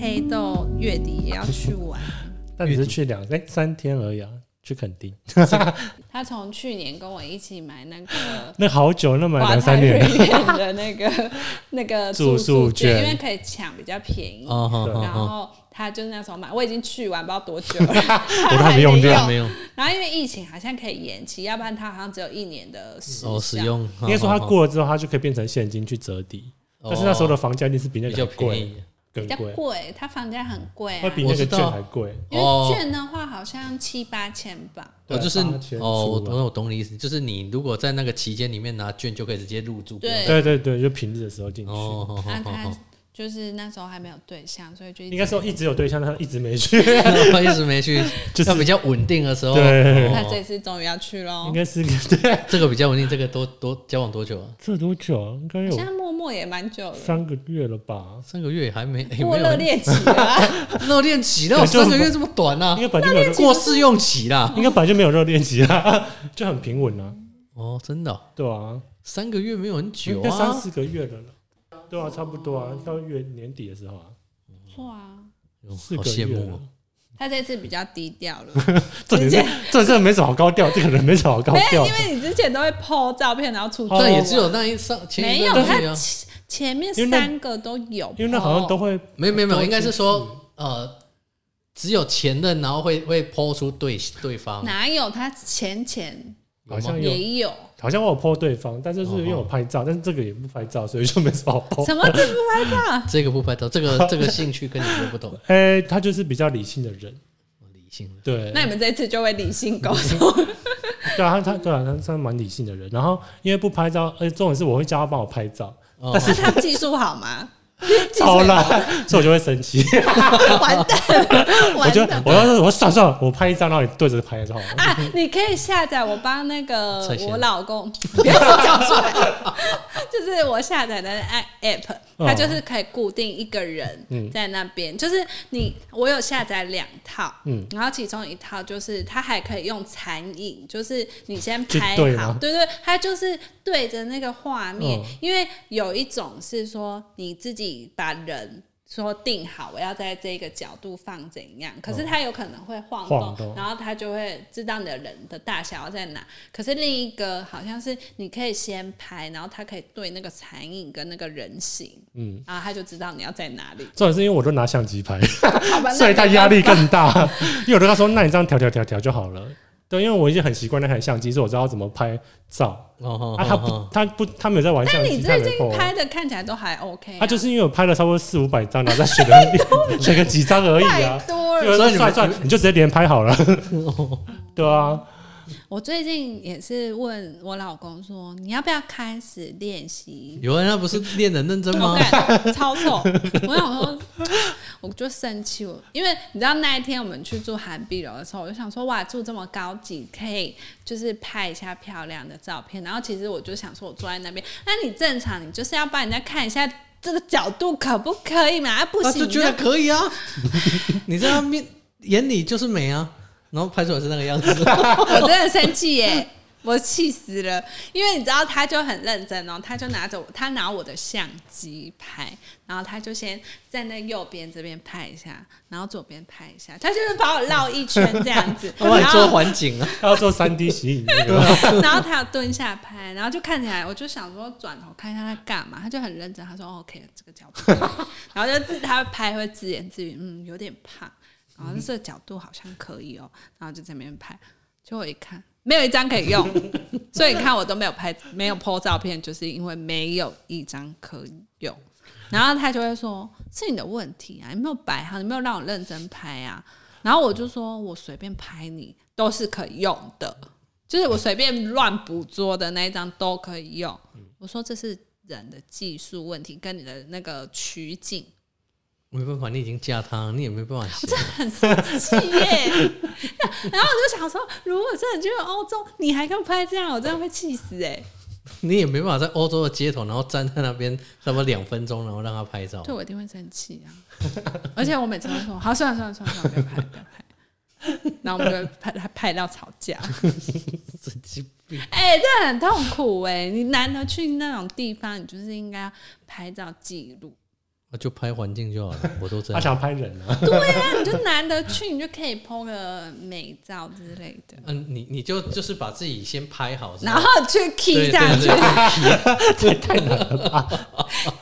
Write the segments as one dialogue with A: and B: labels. A: 黑豆月底也要去玩。
B: 但只是去两哎、三天而已啊，去垦丁，
A: 他从去年跟我一起买那个
B: 那好久， 那买两三
A: 瑞
B: 年。
A: 典的那个那 个
B: 住宿
A: 宿
B: 券
A: 因为可以抢比较便宜。
C: 哦哦
B: 对
A: 然
C: 哦
A: 后他就是那时候买，我已经去完不知道多久了， 我
B: 都还没用掉
C: 哦，没有
A: 然后因为疫情好像可以延期，要不然它好像只有一年的时效。
C: 哦，使用
B: 应该说它，
C: 哦
B: 过了之后，它就可以变成现金去折抵，
C: 哦
B: 但是那时候的房价一定是比那
C: 比较
B: 个还
C: 便
B: 贵，
C: 宜，哦
B: 更
A: 比较
B: 贵，
A: 贵，啊它房价很贵
B: 会
A: 啊。
B: 比
C: 我
B: 那个
C: 知道
B: 券还贵。
A: 因
C: 哦
A: 为券的话好像七八千吧，
C: 哦，
B: 对
C: 就是
B: 八千
C: 哦，我
B: 出
C: 懂，我懂你意思，就是你如果在那个期间里面拿券，就可以直接入住。不用
A: 对
B: 对对对，就平日的时候进去。
C: 哦，哦
A: 那
C: 哦
A: 啊他 就是那时候还没有对象，所以就一直
B: 应该说一直有对象，但他一直没去，
C: 哦，一直没去，
B: 就是
C: 要比较稳定的时候。
B: 对
A: 他
C: 哦
A: 这次终于要去喽
B: 应。该是对。
C: 这个比较稳定，这个多多交往多久啊？
B: 这多久啊？应该有
A: 现在默默也蛮久了，
B: 三个月了吧？
C: 三个月还没，哎
A: 过
C: 没
A: 热
C: 有
A: 恋期了 啊，
C: 热恋期，那我
B: 对就是
C: 三个月这么短啊
B: 应？该本来就没有热，
C: 过试用期啦。
B: 应该本来就没有热恋期啊， 就很平稳啊，
C: 哦，真的哦、
B: 对啊，
C: 三个月没有很久
B: 应该三
C: 啊。
B: 四个月了了，对啊，差不多啊，到月年底的时候啊，
A: 不错啊。
C: 哦
B: 四
C: 好
B: 个
C: 羡
B: 月
C: 慕
B: 了
C: 哦。。
A: 他这次比较低调了，
B: 这里
A: 直接
B: 这这这没什么好高调，这个人没什么好高
A: 没有，
B: 调
A: 因。为你之前都会 PO 照片，然后出
B: 哦
C: 但也只有那一上前一
A: 没有
C: 阵子
A: 他
C: 而已啊
A: 前前面
B: 因为那
A: 三个都有 po，
B: 因为那好像都会
C: 哦没有没有没有，
B: 都
C: 应该是说呃，只有前任，然后会会抛出对对方，
A: 哦哪有他前前
B: 嗯好像有，
A: 也有，
B: 好像我有 po 对方，但是是因为我拍照，但是这个也不拍照，所以就没什么好 po。
A: 什么这不拍照？
C: 这个不拍照，这个这个兴趣跟你都不懂，
B: 哎，他就是比较理性的人，
C: 理性的。
B: 对，
A: 那你们这次就会理性沟通，
B: 对啊，他他对啊，他他蛮理性的人。然后因为不拍照，而且重点是我会叫他帮我拍照，
C: 哦
B: 但
A: 那
B: 是
A: 他技术好吗？
B: 超烂， 所以我就会生气。
A: 完蛋了，
B: 我
A: 完
B: 就
A: 蛋了
B: 我要是我算了算了，我拍一张，然后你对着拍就好了。
A: 啊！你可以下载，我帮那个
C: 蔡先
A: 我老公， 不要说讲出来， 就是我下载的 app，
B: 嗯
A: 它就是可以固定一个人在那边，就是你我有下载两套，
B: 嗯
A: 然后其中一套就是它还可以用残影，就是你先拍
B: 就对
A: 好，
B: 吗
A: 对对，它就是对着那个画面，
B: 嗯
A: 因为有一种是说你自己把人。说定好，我要在这个角度放怎样？可是它有可能会晃动，
B: 晃动
A: 然后它就会知道你的人的大小要在哪。可是另一个好像是你可以先拍，然后它可以对那个残影跟那个人形，
B: 嗯，
A: 然后它就知道你要在哪里。
B: 重点是因为我都拿相机拍，
A: 好吧，那
B: 所以他
A: 没
B: 压力
A: 办法
B: 更大。 因为我都跟他说，那你这样调调调调就好了。对，因为我已经很习惯那台相机，所以我知道怎么拍照。
C: 哦
B: 啊，他不，他不，他没有在玩
A: 但
B: 相
A: 你
B: 机，他
A: 最
B: 没
A: 近
B: 空啊。
A: 拍的看起来都还 OK，、啊
B: 他就是因为我拍了差不多四五百张，然后再 选个选个几张而已
A: 太
B: 啊。
A: 多了。
B: 就
C: 所以
B: 是
C: 你们
B: 算算，你就直接连拍好 了。对啊，
A: 我最近也是问我老公说，你要不要开始练习？
C: 有人那不是练得认真吗
A: 我？感超丑，我想说，我就生气我，因为你知道那一天我们去住韩碧楼的时候，我就想说哇，住这么高级，可以就是拍一下漂亮的照片。然后其实我就想说，我坐在那边，那你正常，你就是要帮人家看一下这个角度可不可以嘛？啊，不
C: 他
A: 行，
C: 就
A: 你
C: 觉得可以啊，你在他面眼里就是美啊，然后拍出来是那个样子。，
A: 我真的生气耶，我气死了，因为你知道，他就很认真哦，他就拿着我，他拿我的相机拍，然后他就先站在右边这边拍一下，然后左边拍一下，他就是把我绕一圈这样子
C: 我帮你
A: 然
C: 做
A: 后
C: 环景啊，
B: 他要做三 D 洗影那个。
A: 然后他要蹲下拍，然后就看起来，我就想说转头看一下他干嘛，他就很认真，他说哦 OK 这个角度， 然后就自他拍会自言自语，嗯，有点胖，然后这个角度好像可以哦，然后就在那边拍，结果我一看没有一张可以用， 所以你看我都没有拍，没有 po 照片，就是因为没有一张可以用。然后他就会说：“是你的问题啊，你没有摆好，你没有让我认真拍啊。”然后我就说：“我随便拍你都是可以用的，就是我随便乱捕捉的那一张都可以用。”我说：“这是人的技术问题，跟你的那个取景，
C: 没办法，你已经嫁他，你也没办法写。
A: 很生气耶。”然后我就想说，如果真的去欧洲，你还跟我拍这样，我真的会气死哎、
C: 你也没办法在欧洲的街头，然后站在那边差不多两分钟，然后让他拍照
A: 对，。我一定会生气啊！而且我每次都说：“好，算了算了算了，算了不要拍，不要拍。”然后我们就会拍拍到吵架。
C: 神经病！
A: 哎、这很欸痛苦哎、你难得去那种地方，你就是应该要拍照记录。
C: 我那就拍环境就好了，我都这
B: 他
C: 样。
B: 想拍人啊，
A: 那你就难得去，你就可以 PO 个美照之类的，
C: 嗯，你你就就是把自己先拍好，
A: 然后去 key 上去，
B: 这也太难了吧？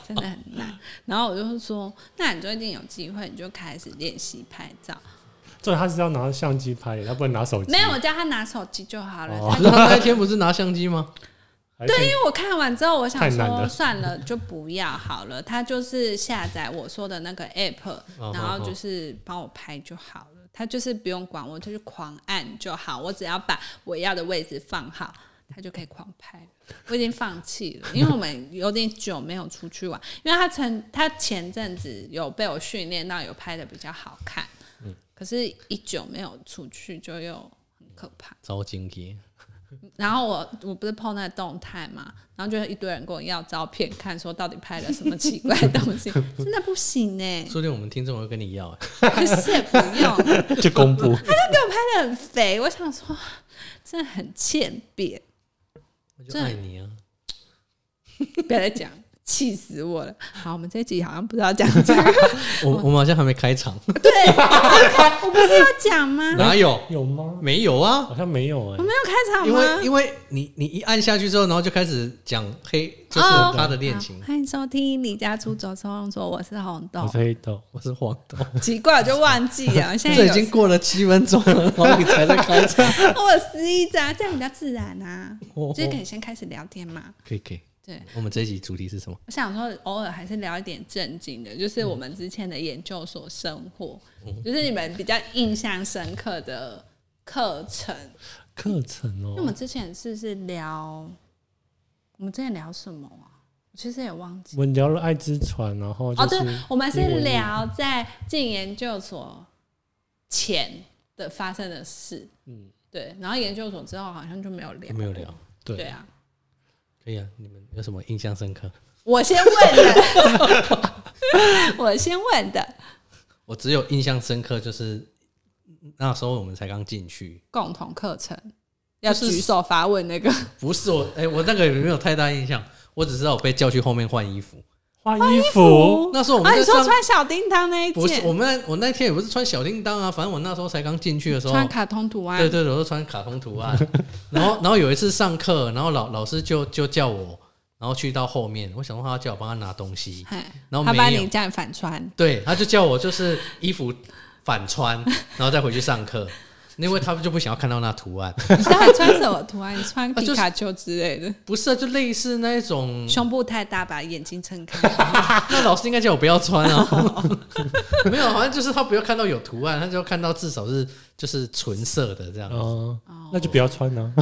A: 真的很难。然后我就说，那你最近有机会，你就开始练习拍照。
B: 重点他是要拿相机拍，他不能拿手机。
A: 没有，我叫他拿手机就好了。
B: 哦
A: 他
C: 不是他 那一天不是拿相机吗？
B: 还是
A: 因为我看完之后，我想
B: 太难
A: 说
B: 了
A: 算了，就不要好了。他就是下载我说的那个 app，
B: 嗯
C: 哦
A: 然后就是帮我拍就好了。他就是不用管我，他就狂按就好。我只要把我要的位置放好，他就可以狂拍了。我已经放弃了，因为我们有点久没有出去玩。因为他曾他前阵子有被我训练到有拍的比较好看，
B: 嗯
A: 可是一久没有出去就又很可怕。
C: 招经济，
A: 然后我我不是碰那个动态嘛，然后就一堆人跟我要照片，看说到底拍了什么奇怪的东 西，真的不行呢、
C: 说不定我们听众会跟你要、欸，
A: 可是也不用，拍
B: 就公布，
A: 的很肥，我想说真的很欠扁，
C: 我就爱你啊！
A: 不要再讲，气死我了。好，我们这一集好像不知道讲这 个，
C: 我我们好像还没开 场，
A: 对，我不是要讲吗？我
C: 哪有？
B: 有吗？
C: 没有啊！
B: 好像没有哎、
A: 没有开场
C: 因
A: 吗
C: 为？因为你你一按下去之后，然后就开始讲黑，就是
A: 哦
C: 他的恋情
A: 好。欢迎收听《离家出走收容所》，我是红
B: 我
A: 豆。
B: 黑豆，
C: 我是黄豆，
A: 奇怪，我就忘记 了，现在
C: 这已
A: 有
C: 经过了七分钟了，然后你才在开场。
A: 我有失忆症啊，这样比较自然啊。
C: 哦
A: 就是可以先开始聊天嘛。
C: 可以可以，
A: 对，
C: 我们这一集主题是什么？
A: 我想说，偶尔还是聊一点正经的，就是
B: 嗯
A: 我们之前的研究所生活，就是你们比较印象深刻的课程。
B: 哦课程
A: 那我
B: 哦、
A: 们之前是不是聊，我们之前聊什么啊？我其实也忘记。
B: 我们聊了爱之船，然后
A: 哦，对
B: 就是、，
A: 我们是
B: 英文
A: 聊在进研究所前的发生的事。
B: 嗯，
A: 对，然后研究所之后好像就没有聊，
C: 有没有。聊？
B: 对，
A: 对啊，
C: 可以啊，你们有什么印象深刻？
A: 我先问的， 我先问的，
C: 我只有印象深刻就是那时候我们才刚进去，
A: 共同课程要
C: 就是
A: 举手发问那个，
C: 不是我，哎、我那个也没有太大印象，我只知道我被叫去后面换衣服。
B: 换衣 服，
C: 哦那时候我们
A: 啊，
C: 在
A: 你
C: 上，
A: 说穿小叮当那一
C: 不是
A: 件，
C: 我们那我那天也不是穿小叮当啊，反正我那时候才刚进去的时候，
A: 穿卡通图案，
C: 对对对，我都穿卡通图案。 然后然后有一次上课，然后老老师就就叫我，然后去到后面，我想说他叫我帮他拿东西，
A: 嘿
C: 然后
A: 他
C: 哦没
A: 把
C: 有
A: 你这样反 穿，
C: 对，他就叫我就是衣服反穿，然后再回去上课，因为他们就不想要看到那图案。
A: 你到底穿什么图案？你穿
C: 啊就
A: 皮
C: 是
A: 卡丘之类的，
C: 不是、啊，就类似那一种，
A: 胸部太大，把眼睛撑 开，
C: 那老师应该叫我不要穿啊。
A: 哦
C: 没有，好像就是他不要看到有图案，他就要看到至少是就是纯色的这样，
B: 嗯、
A: 哦
B: 那就不要穿啊了、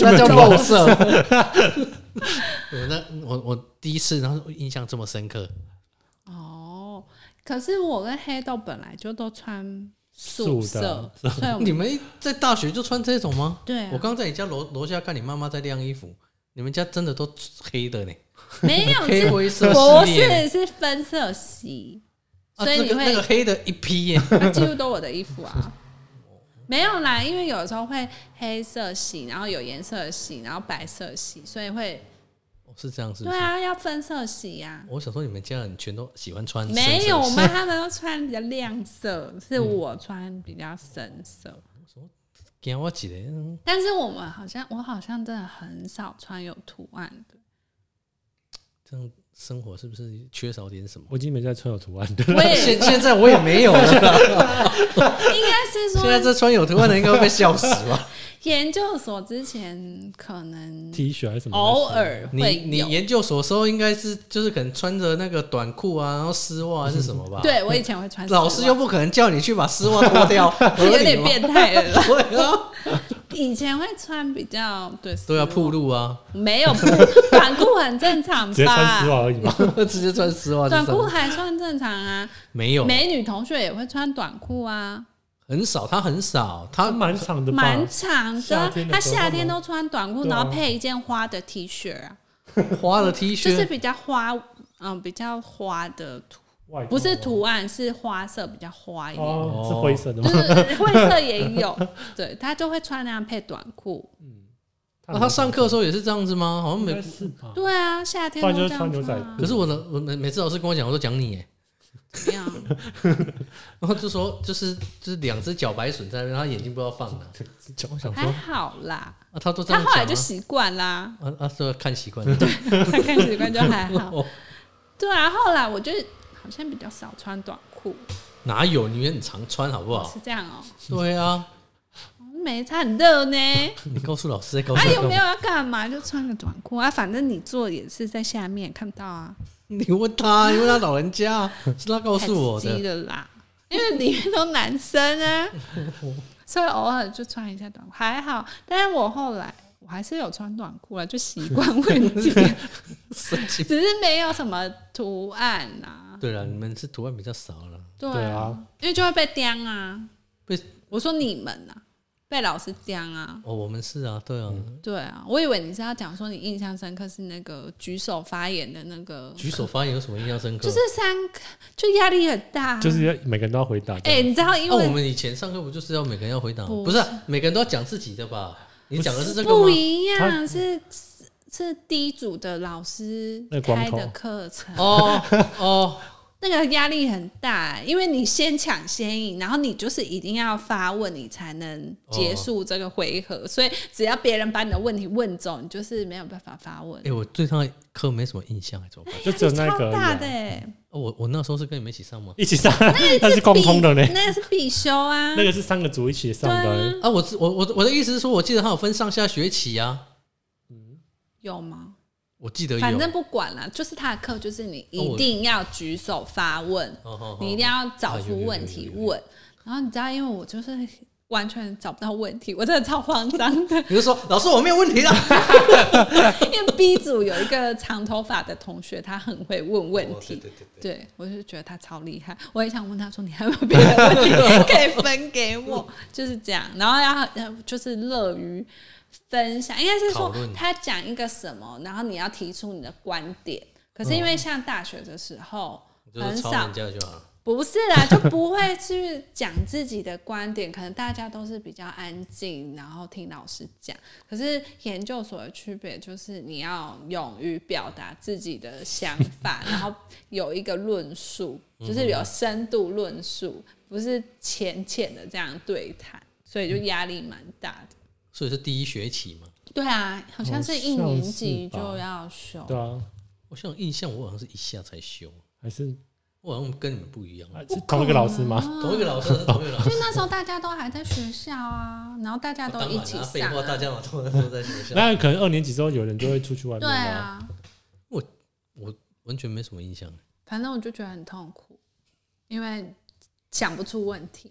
C: 那 叫肉色。 我那我我第一次，然后印象这么深刻，
A: 哦，可是我跟黑豆本来就都穿
B: 素
A: 素
B: 的
A: 色，所以我们
C: 啊你们在大学就穿这种吗？
A: 嗯对啊
C: 我刚在你家楼楼下看你妈妈在晾衣服，你们家真的都黑的呢，
A: 没有
C: 黑
A: 是。
C: 灰色
A: 不
C: 系列
A: 是，是分色系，
C: 啊
A: 所以
C: 那
A: 你
C: 个
A: 会
C: 那个黑的一批 耶，
A: 那啊几乎都我的衣服啊。没有啦，因为有的时候会黑色系，然后有颜色系，然后白色系，所以会
C: 哦是这样是不
A: 对
C: 是？
A: 啊，要分色系呀、
C: 我想说你们家人全都喜欢穿哦深色系，嗯
A: 没有，我妈他们都穿比较亮色， 是我穿比较深色。
C: 给我几个嗯
A: 但是我们好像，我好像真的很少穿有图案 的。
C: 这样生活是不是缺少点什么？
B: 我已经没在穿有图案的，
A: 我也
C: 现现在我也没有了，
A: 应该是
C: 现在
A: 说，
C: 这穿有图案的应该会被笑死 吧？
A: 研究所之前可能
B: T 恤还是什么的？
A: 偶尔
C: 你
A: 会
C: 你
A: 有。
C: 研究所的时候应该是就是可能穿着那个短裤啊，然后丝袜还是什么吧？，
A: 对我以前会穿丝袜，
C: 老师又不可能叫你去把丝袜脱掉，合理
A: 有点。
C: 吗
A: 变态了啦。
C: 对啊，
A: 以前会穿比较对
C: 都要
A: 丝袜
C: 铺路啊，
A: 没有不短裤很正常
B: 直接穿
A: 吧？
B: 丝袜而已嘛。
C: 直接穿丝袜就
A: 短
C: 上。
A: 裤还算正常啊，
C: 没有，
A: 美女同学也会穿短裤啊，
C: 很少，他很少，他
B: 它蛮长的吧？
A: 蛮长的
B: 夏
A: 啊
B: 天。的
A: 她
B: 时候
A: 夏天
B: 吗
A: 都穿短裤，
B: 对啊
A: 然后配一件花的 T 恤啊，
C: 花了 T
A: 就
C: 恤，
A: 是比较花，嗯，比较花的图，
B: 外套
A: 不是图案，是花色比较花一点，
B: 哦，是灰色的
A: 就
B: 吗？
A: 是灰色也有。 对，她就会穿那样配短裤。
C: 那哦他上课的时候也是这样子吗？好像
B: 嗯应
C: 没
B: 该。是吧？
A: 对啊，夏天
B: 不然
A: 都
B: 就是
A: 这
B: 穿
A: 样
B: 牛仔
A: 穿啊
B: 裤
C: 可是我的我每每次老师跟我讲，我都讲你耶，
A: 怎么样？
C: 然后就说就是就是两只小白笋在那边，他眼睛不知道放哪。我想
A: 还
C: 说
A: 好啦，
C: 啊，他都这
A: 他
C: 样
A: 后来
C: 讲
A: 就
C: 吗？
A: 习惯啦，
C: 啊啊，说看习惯了。
A: 他开始习惯就还好。
C: 哦
A: 对啊，后来我就好像比较少穿短裤，
C: 哪有？你也很常穿好 不好？
A: 是这样哦、
C: 对啊，
A: 没差，很热呢。
C: 你告诉老师，告
A: 啊，
C: 诉
A: 有
C: 我
A: 没有要干嘛？就穿个短裤啊，反正你坐也是在下面看不到啊。
C: 你问他，你问他老人家，是他告诉我
A: 太刺激
C: 的。
A: 了啦，因为里面都男生 啊，所以偶尔就穿一下短裤还好。但是我后来我还是有穿短裤了，就习惯问 题，
C: 神经
A: 只是没有什么图案啊。
C: 对了，你们是图案比较少了，
A: 对
B: 对啊，
A: 因为就会被刁啊。
C: 被
A: 我说你们啊，被老师刁啊。
C: 哦，我们是啊，对啊，
A: 对啊，我以为你是要讲说你印象深刻是那个举手发言的那个，
C: 举手发言有什么印象深刻？
A: 就是三个，就压力很大啊。
B: 就是要每个人都要回答。
A: 哎、你知道因
C: 那、
A: 为
C: 啊我们以前上课不就是要每个人要回答吗，
A: 不
C: 不是啊、每个人都要讲自己的吧？你讲的是这个
A: 不
C: 吗？
A: 一
B: 他
A: 样，是是是第一组的老师
B: 那光
A: 开
B: 头
A: 的课程，
C: 哦哦，
A: 那个压力很大，因为你先抢先赢，然后你就是一定要发问，你才能结束这个回合。
C: 哦
A: 所以只要别人把你的问题问走，你就是没有办法发问
C: 哎、。我对他的课没什么印象，哎怎么办？
B: 就只有那
A: 超
B: 个而已
A: 大
B: 啊
A: 的、欸，
C: 哦我我那时候是跟你们一起上吗？
B: 一起上， 那是共通的呢
A: 必。那个是必修啊。
B: 那个是三个组一起上
A: 对啊，
B: 的，
C: 啊，我是我我我的意思是说，我记得他有分上下学期啊，
A: 有吗？
C: 我记得有。
A: 反正不管啦，就是他的课，就是你一定要举手发问。
C: 哦哦哦
A: 你一定要找
C: 啊有有
A: 出
C: 有
A: 问题
C: 有有有
A: 问。然后你知道，因为我就是完全找不到问题，我真的超慌张的。
C: 你就说老师我没有问题了，
A: 因为 B 组有一个长头发的同学，他很会问问
C: 哦
A: 题。
C: 对对对对，
A: 对，我就觉得他超厉害，我也想问他说：“你还有没有别的问题可以分给 我？”就是这样，然后要呃就是乐于分享，应该是
C: 讨
A: 说
C: 论
A: 他讲一个什么，然后你要提出你的观点。可是因为像大学的时候，
C: 你嗯就
A: 很
C: 是抄
A: 少
C: 人家就好了。
A: 不是 啦，就不会去讲自己的观点，可能大家都是比较安静，然后听老师讲。可是研究所的区别就是你要勇于表达自己的想法，然后有一个论述，就是有深度论述，不是浅浅的这样对谈，所以就压力蛮大的。
C: 所以是第一学期嘛，
A: 对啊，好像是一
B: 好像
A: 年
B: 是
A: 级
B: 吧
A: 就要修，
B: 对啊，
C: 我像有印象我好像是一下才修，
B: 还是
C: 我好像跟你们不一样，
B: 啊是同一个老师吗？
C: 同一个老 师同一个老
A: 因
C: 师
A: 为。那时候大家都还在学校啊，然后大家
C: 啊
A: 都
C: 当然
A: 一
C: 啦
A: 起
C: 废
A: 上、
C: 话，大家嘛都都在 学校，
B: 那可能二年级之后，有人就会出去外面
A: 对
B: 了。
A: 啊。
C: 完全没什么印象。
A: 反正我就觉得很痛苦，因为想不出问题。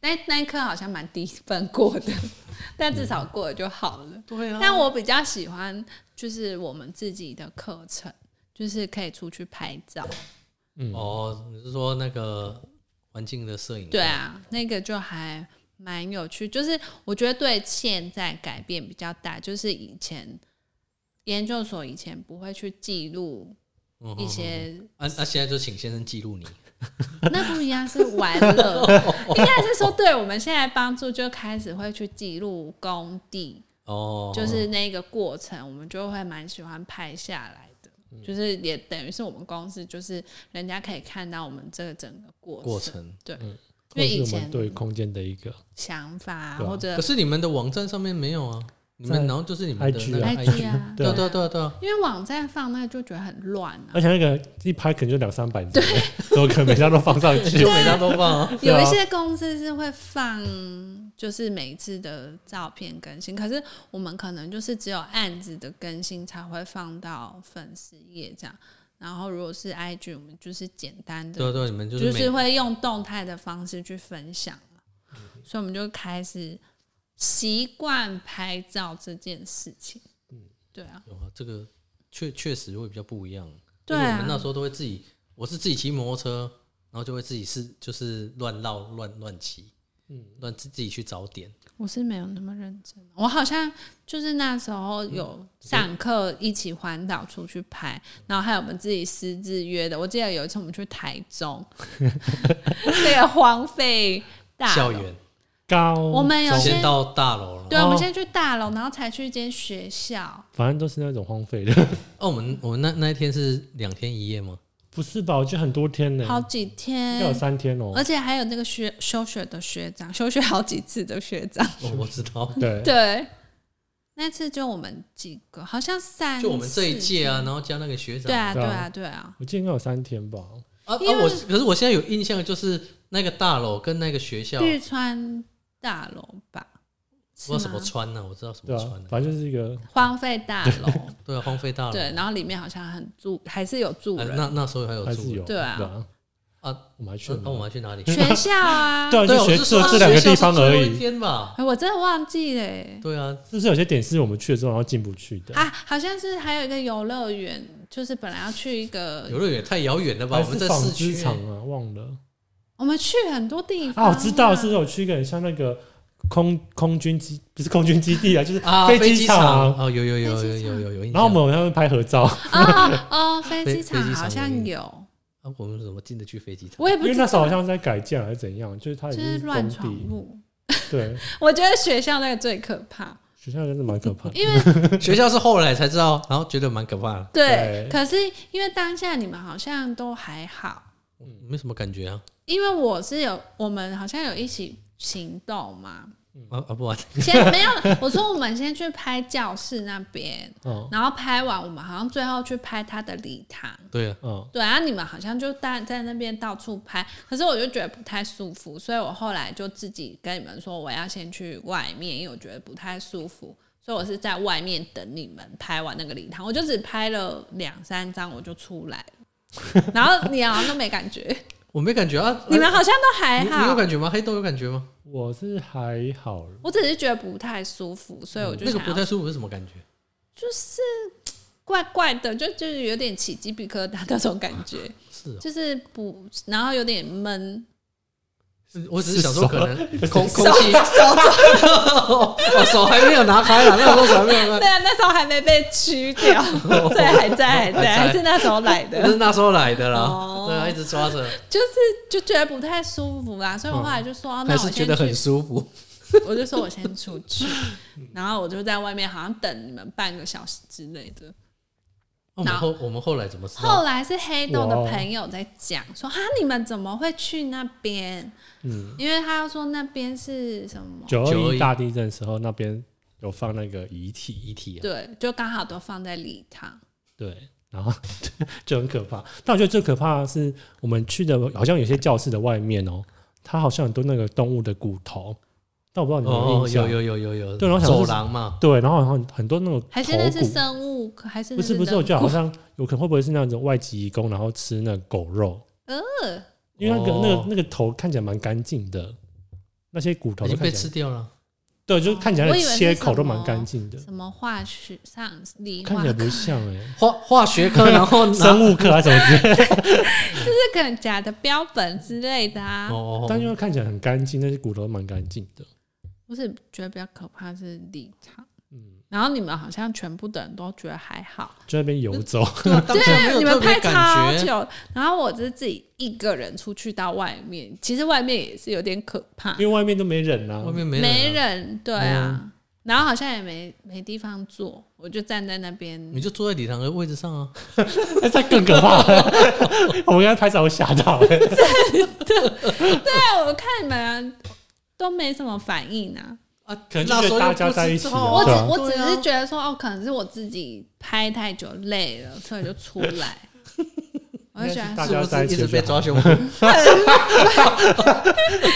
A: 那那一科好像蛮低分过的， 但至少过了就好了。
C: 嗯对啊，
A: 但我比较喜欢就是我们自己的课程，就是可以出去拍照。
B: 嗯
C: 哦，你是说那个环境的摄影？
A: 对，啊，那个就还蛮有趣。就是我觉得对现在改变比较大，就是以前研究所以前不会去记录
C: 嗯哼
A: 一些
C: 啊啊！现在就请先生记录你。
A: 那不一样，是玩 乐，应该是说，对我们现在帮助就开始会去记录工地，
C: 哦，
A: 就是那个过程，我们就会蛮喜欢拍下来的，
C: 嗯
A: 就是也等于是我们公司，就是人家可以看到我们这个整个过
C: 过程。嗯
A: 对，
B: 或
A: 因为以
B: 是我们
A: 前
B: 对空间的一个
A: 想法
B: 对啊
A: 或者
C: 可是你们的网站上面没有啊？你
B: 在
C: 们然后就是你们的
B: IG
C: 那个
B: 啊
A: IG 啊，
C: 对啊对啊
A: 啊
C: 对啊对啊，
A: 因为网站放那个就觉得很乱啊
B: 而。且那个一拍可能就两三百字，怎么可能每 张都放上去
C: 就？每张都放啊。
B: 对啊
A: 有一些公司是会放，就是每一次的照片更新，可是我们可能就是只有案子的更新才会放到粉丝页这样。然后如果是 IG，我们就是简单
C: 对啊
A: 的，
C: 对啊，你们就
A: 就是是
C: 每
A: 会用动态的方式去分享了所以我们就开始习惯拍照这件事情。
C: 嗯
A: 对啊，
C: 有啊，这个确确实会比较不一样。
A: 对
C: 就是我们那
A: 啊，
C: 时候都会自己，我是自己骑摩托车，然后就会自己是就是乱绕乱乱骑，嗯，乱自自己去找点。
A: 我是没有那么认真，我好像就是那时候
C: 嗯
A: 有上课一起环岛出去拍，然后还有我们自己私自约的。我记得有一次我们去台中， 那个荒废大楼
C: 校，园
B: 高，
A: 我们有
C: 先
A: 先
C: 到大楼了。
A: 对，
B: 哦
A: 我们先去大楼，然后才去一间学校，
B: 反正都是那种荒废的，
C: 哦，我们我们那那一天是两天一夜吗？
B: 不是吧？我记得很多天呢、
A: 好几
B: 要有
A: 天，
B: 三天哦、
A: 而且还有那个学休学的学长，休学好几次的学长。
C: 我我知道，
B: 对，
A: 对，那次就我们几个，好像三，
C: 就我们这一届啊，
A: 四
C: 然后加那个学
A: 对
C: 长啊
A: 啊，
B: 对
A: 对
B: 啊
A: 啊，对啊，
B: 我记得应该有三天吧。
C: 啊，
A: 因为
C: 我可是我现在有印象，就是那个大楼跟那个学校，
A: 日川大楼吧，
C: 不知道什么
A: 是吗
C: 川呢，我知道什
B: 对
C: 么
B: 啊
C: 川，呢，
B: 反正就是一个
A: 荒废大楼，
C: 对啊，荒废大楼，
A: 对，然后里面好像很住，还是有住
C: 哎
A: 人，
C: 那那时候还有
B: 还是
C: 住
B: 有
A: 对啊
C: 啊，
B: 我们还去
C: 那
B: 了
C: 那我们还去哪里？
A: 学校啊，
B: 对啊，
C: 对，
B: 就
C: 我
B: 学
C: 是说
B: 这这两个地方而
C: 学校是最后一
B: 已。
C: 天吧。
A: 哎我真的忘记了欸
C: 对啊，
B: 是不是有些点是我们去了之后然后进不去的？
A: 啊，好像是还有一个游乐园，就是本来要去一个
C: 游，乐园太遥远了吧？
B: 还
C: 我们
B: 是
C: 在
B: 纺
C: 市
B: 织
C: 区
B: 厂啊？忘了
A: 我们去很多地方
B: 啊，我知道，是不是
A: 啊
B: 有去一个很像那个空空军基，不是空军基地啊，就是
C: 啊，
B: 飞
C: 机
B: 机场
C: 啊，有有有有
A: 飞
C: 有
A: 机场
C: 有有有印象。
B: 然后我们有他们拍 合照，
A: 哦哦，飞
C: 飞
A: 机
C: 飞
A: 场
C: 机
A: 好
C: 场有
A: 像
C: 一
A: 有，
C: 啊，我们怎么进得去飞机场？
A: 我也
B: 因
A: 不
B: 为
A: 知
B: 那
A: 道，
B: 时候好像是在改建还是怎样，就是它
A: 就
B: 已经
A: 是
B: 是
A: 乱
B: 工
A: 闯
B: 地。
A: 入。
B: 对，
A: 我觉得学校那个最可怕，
B: 学校真的蛮可 怕的。
A: 因为
C: 学校是后来才知道，然后觉得蛮可怕的，
A: 对
B: 对，
A: 可是因为当下你们好像都还好，
C: 没什么感觉啊。
A: 因为我是有我们好像有一起行动 嘛，
C: 啊啊，不然
A: 先没有，我说我们先去拍教室那边，
B: 嗯
A: 然后拍完我们好像最后去拍他的礼堂。
C: 对啊，
B: 嗯，
A: 对啊，你们好像就大在那边到处拍，可是我就觉得不太舒服，所以我后来就自己跟你们说，我要先去外面，因为我觉得不太舒服，所以我是在外面等你们拍完那个礼堂，我就只拍了两三张，我就出来 了然后你好像都没感觉，
C: 我没感觉啊。
A: 你们好像都还
C: 你你有
A: 好，
C: 感觉吗？黑豆有感觉吗？
B: 我是还好，
A: 我只是觉得不太舒服，所以我就
C: 嗯那个
A: 想
C: 不
A: 要
C: 太舒服是什么感觉？
A: 就是怪怪的，就就是有点起鸡皮疙瘩那种感 觉，
C: 是哦，
A: 就是不，然后有点闷，
C: 是我只是想说，
B: 是
C: 可
B: 手
C: 能空 空气我手还没有拿开啊，那时候手还没有拿
A: 对
C: 开，
A: 啊，那时候还没被驱掉，对，还在还
C: 哦 还在嗯
A: 在，还是那时候来
C: 那是
A: 的，
C: 那时候来的啦。
A: 哦
C: 对啊，一直抓着，
A: 就是就觉得不太舒服啦，所以我后来就说，哦那
C: 嗯还
A: 我
C: 是觉
A: 先
C: 得很
A: 去，
C: 舒服。
A: 我就说我先出去， 然后我就在外面好像等你们半个小时之类的。
C: 哦那我们后我们后来怎么知道
A: 后？来是黑豆的朋友在讲说，哈，你们怎么会去那边？
B: 嗯，
A: 因为他说那边是什么？
B: 九二
C: 921
B: 一大地震的时候那边有放那个遗体，
C: 遗体啊，
A: 对，就刚好都放在礼堂。
B: 对，然后 就很可怕。但我觉得最可怕的是，我们去的好像有些教室的外面哦，它好像很多那个动物的骨头，但我不知道你有没有
C: 哦，
B: 印象。
C: 有有有有有，
B: 对然后想说
C: 走
B: 是
C: 廊嘛，
B: 对，然后好像很多那种
A: 还是那
B: 头
A: 是
B: 骨，
A: 生物，还是那
B: 不是不是，我
A: 人
B: 觉得好像有可能会不会是那种外籍移工，然后吃那个狗肉，
A: 呃，
B: 因为那个、那
C: 哦
B: 个那个头看起来蛮干净的，那些骨头
C: 已
B: 都
C: 经被
B: 看起
C: 吃
B: 来
C: 掉了。
B: 对，就是看起来
A: 我
B: 的
A: 以为是
B: 切口都
A: 什么
B: 蛮干净的，
A: 什么化学上理
B: 看
A: 化
B: 起
A: 课
B: 来不像哎、
C: 化化 学课，然后拿
B: 生物课还是什么之类的，
A: 就是可能假的标本之类的啊。
C: 哦
B: 但因为看起来很干净，那些骨头都蛮干净的。
A: 我是觉得比较可怕是立场，
B: 嗯，
A: 然后你们好像全部的人都觉得还好，
B: 就在那边游 走，
C: 对啊，当下没有
A: 你
C: 特
A: 们
C: 别
A: 拍超
C: 感觉，
A: 久，然后我是自己一个人出去到外面，其实外面也是有点可怕，
B: 因为外面都没人啊
C: 外。面没
A: 没
C: 人啊，
A: 人，对啊，然后好像也没没地方坐，我就站在那边，
C: 你就坐在礼堂的位置上啊。
B: 那哎这更可怕了。 我们刚才拍照，我吓到了。
A: 对，啊我看你们、都没什么反应啊，
C: 啊，
B: 可能就
C: 那时候
B: 觉得大家在
C: 又不知
B: 一起啊
C: 道
A: 我只
B: 对啊
A: 我只是
C: 哦对啊
A: 觉得说，哦，可能是我自己拍太久累了，所以就出来。我就觉
B: 应该
A: 得
B: 是大
C: 是
B: 家
C: 不
B: 在
C: 是
B: 一
C: 一
B: 起
C: 直
B: 就
C: 被
B: 好
C: 抓胸部？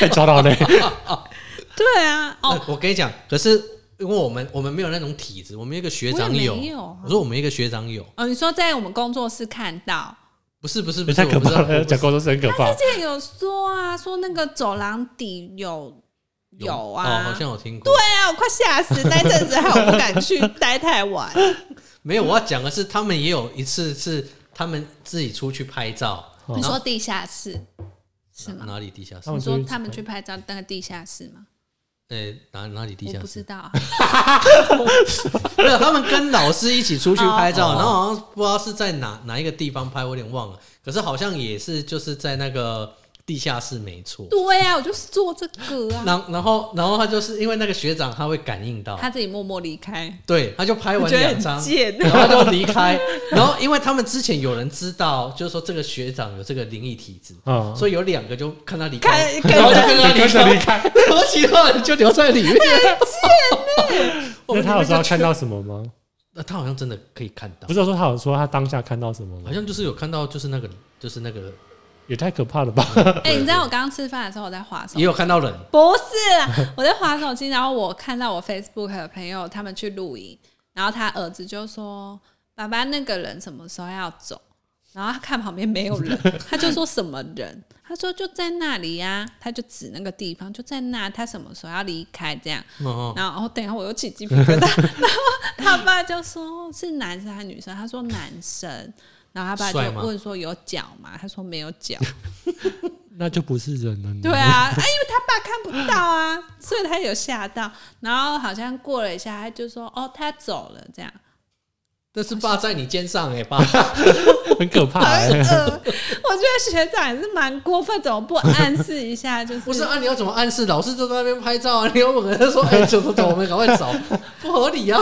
B: 被抓到嘞，
A: 对啊，哦，
C: 我跟你讲，可是因为我们我们没有那种体质，我们有一个学长
A: 我也没
C: 有，
A: 有啊
C: 我说我们一个学长有，
A: 哦，你说在我们工作室看到，
C: 不是不是不
B: 也
C: 是，
B: 太
C: 我
B: 可
C: 不知
B: 怕
C: 道
B: 了。 讲工作室很可怕
A: 之，前有说啊，说那个走廊底有有
C: 哦
A: 啊，
C: 好像有听过。对，
A: 对啊，我快吓死，那一阵子害我不敢去待太晚。
C: 没有，我要讲的是他们也有一次是他们自己出去拍照，
B: 哦
A: 你说地下室是
C: 哪
A: 吗？
C: 哪里地下室
B: 他？
A: 你
B: 们
A: 说
B: 出去
A: 他们去拍照那个地下室吗？
C: 呃，哪哪里地
A: 我
C: 下
A: 不
C: 室
A: 知？道啊，
C: 没有，他们跟老师一起出去拍照，
B: 哦
C: 然后好像不知道是在哪哪一个地方拍，我有点忘了。可是好像也是就是在那个地下室没错。
A: 对呀、啊，我就是做这个啊。
C: 然然后然后他就是因为那个学长他会感应到，
A: 他自己默默离开，
C: 对，他就拍
A: 我
C: 完
A: 觉得
C: 两
A: 很
C: 张，
A: 贱。
C: 然后就离开。 然后因为他们之前有人知道，就是说这个学长有这个灵异体质，
B: 啊，
C: 所以有两个就看他离 开，
A: 看，
C: 然后
A: 看
C: 就跟他
B: 跟着
C: 离
B: 离
C: 开，
B: 开。
C: 然后其他人就留在里面。
B: 那
C: 我们
B: 他有
C: 那
B: 知道
C: 个
B: 看到什么吗？
C: 呃他好像真的可以看到
B: 不，是说他有说他当下看到什么吗
C: 好？像就是有看到，就是那个，就是那个，
B: 也太可怕了吧！
A: 哎、你知道我刚刚吃饭的时候我在划手
C: 也有看到人。
A: 不是 啦，我在划手机，然后我看到我 Facebook 的朋友他们去露营，然后他儿子就说：“爸爸，那个人什么时候要走？”然后他看旁边没有人，他就说什么人？他说就在那里呀、他就指那个地方，就在那，他什么时候要离开？这样，
C: 哦，
A: 然后、哦、等一下我又起鸡皮疙瘩， 然后他爸就说是男生还是女生？他说男生，然后他爸
C: 帅
A: 就
C: 吗
A: 问说有脚吗？他说没有脚，
B: 那就不是人了呢。
A: 对啊，啊，因为他爸看不到啊，所以他有吓到。然后好像过了一下，他就说：“哦，他走了。”这样
C: 但是爸在你肩上哎，爸，
B: 很可 怕、
A: 很
B: 欸。
A: 恶。呃我觉得学长也是蛮过分，怎么不暗示一下？就是
C: 不是啊？你要怎么暗示？老师就在那边拍照啊，你要问他说，哎，走走走，我们赶快走，不合理啊。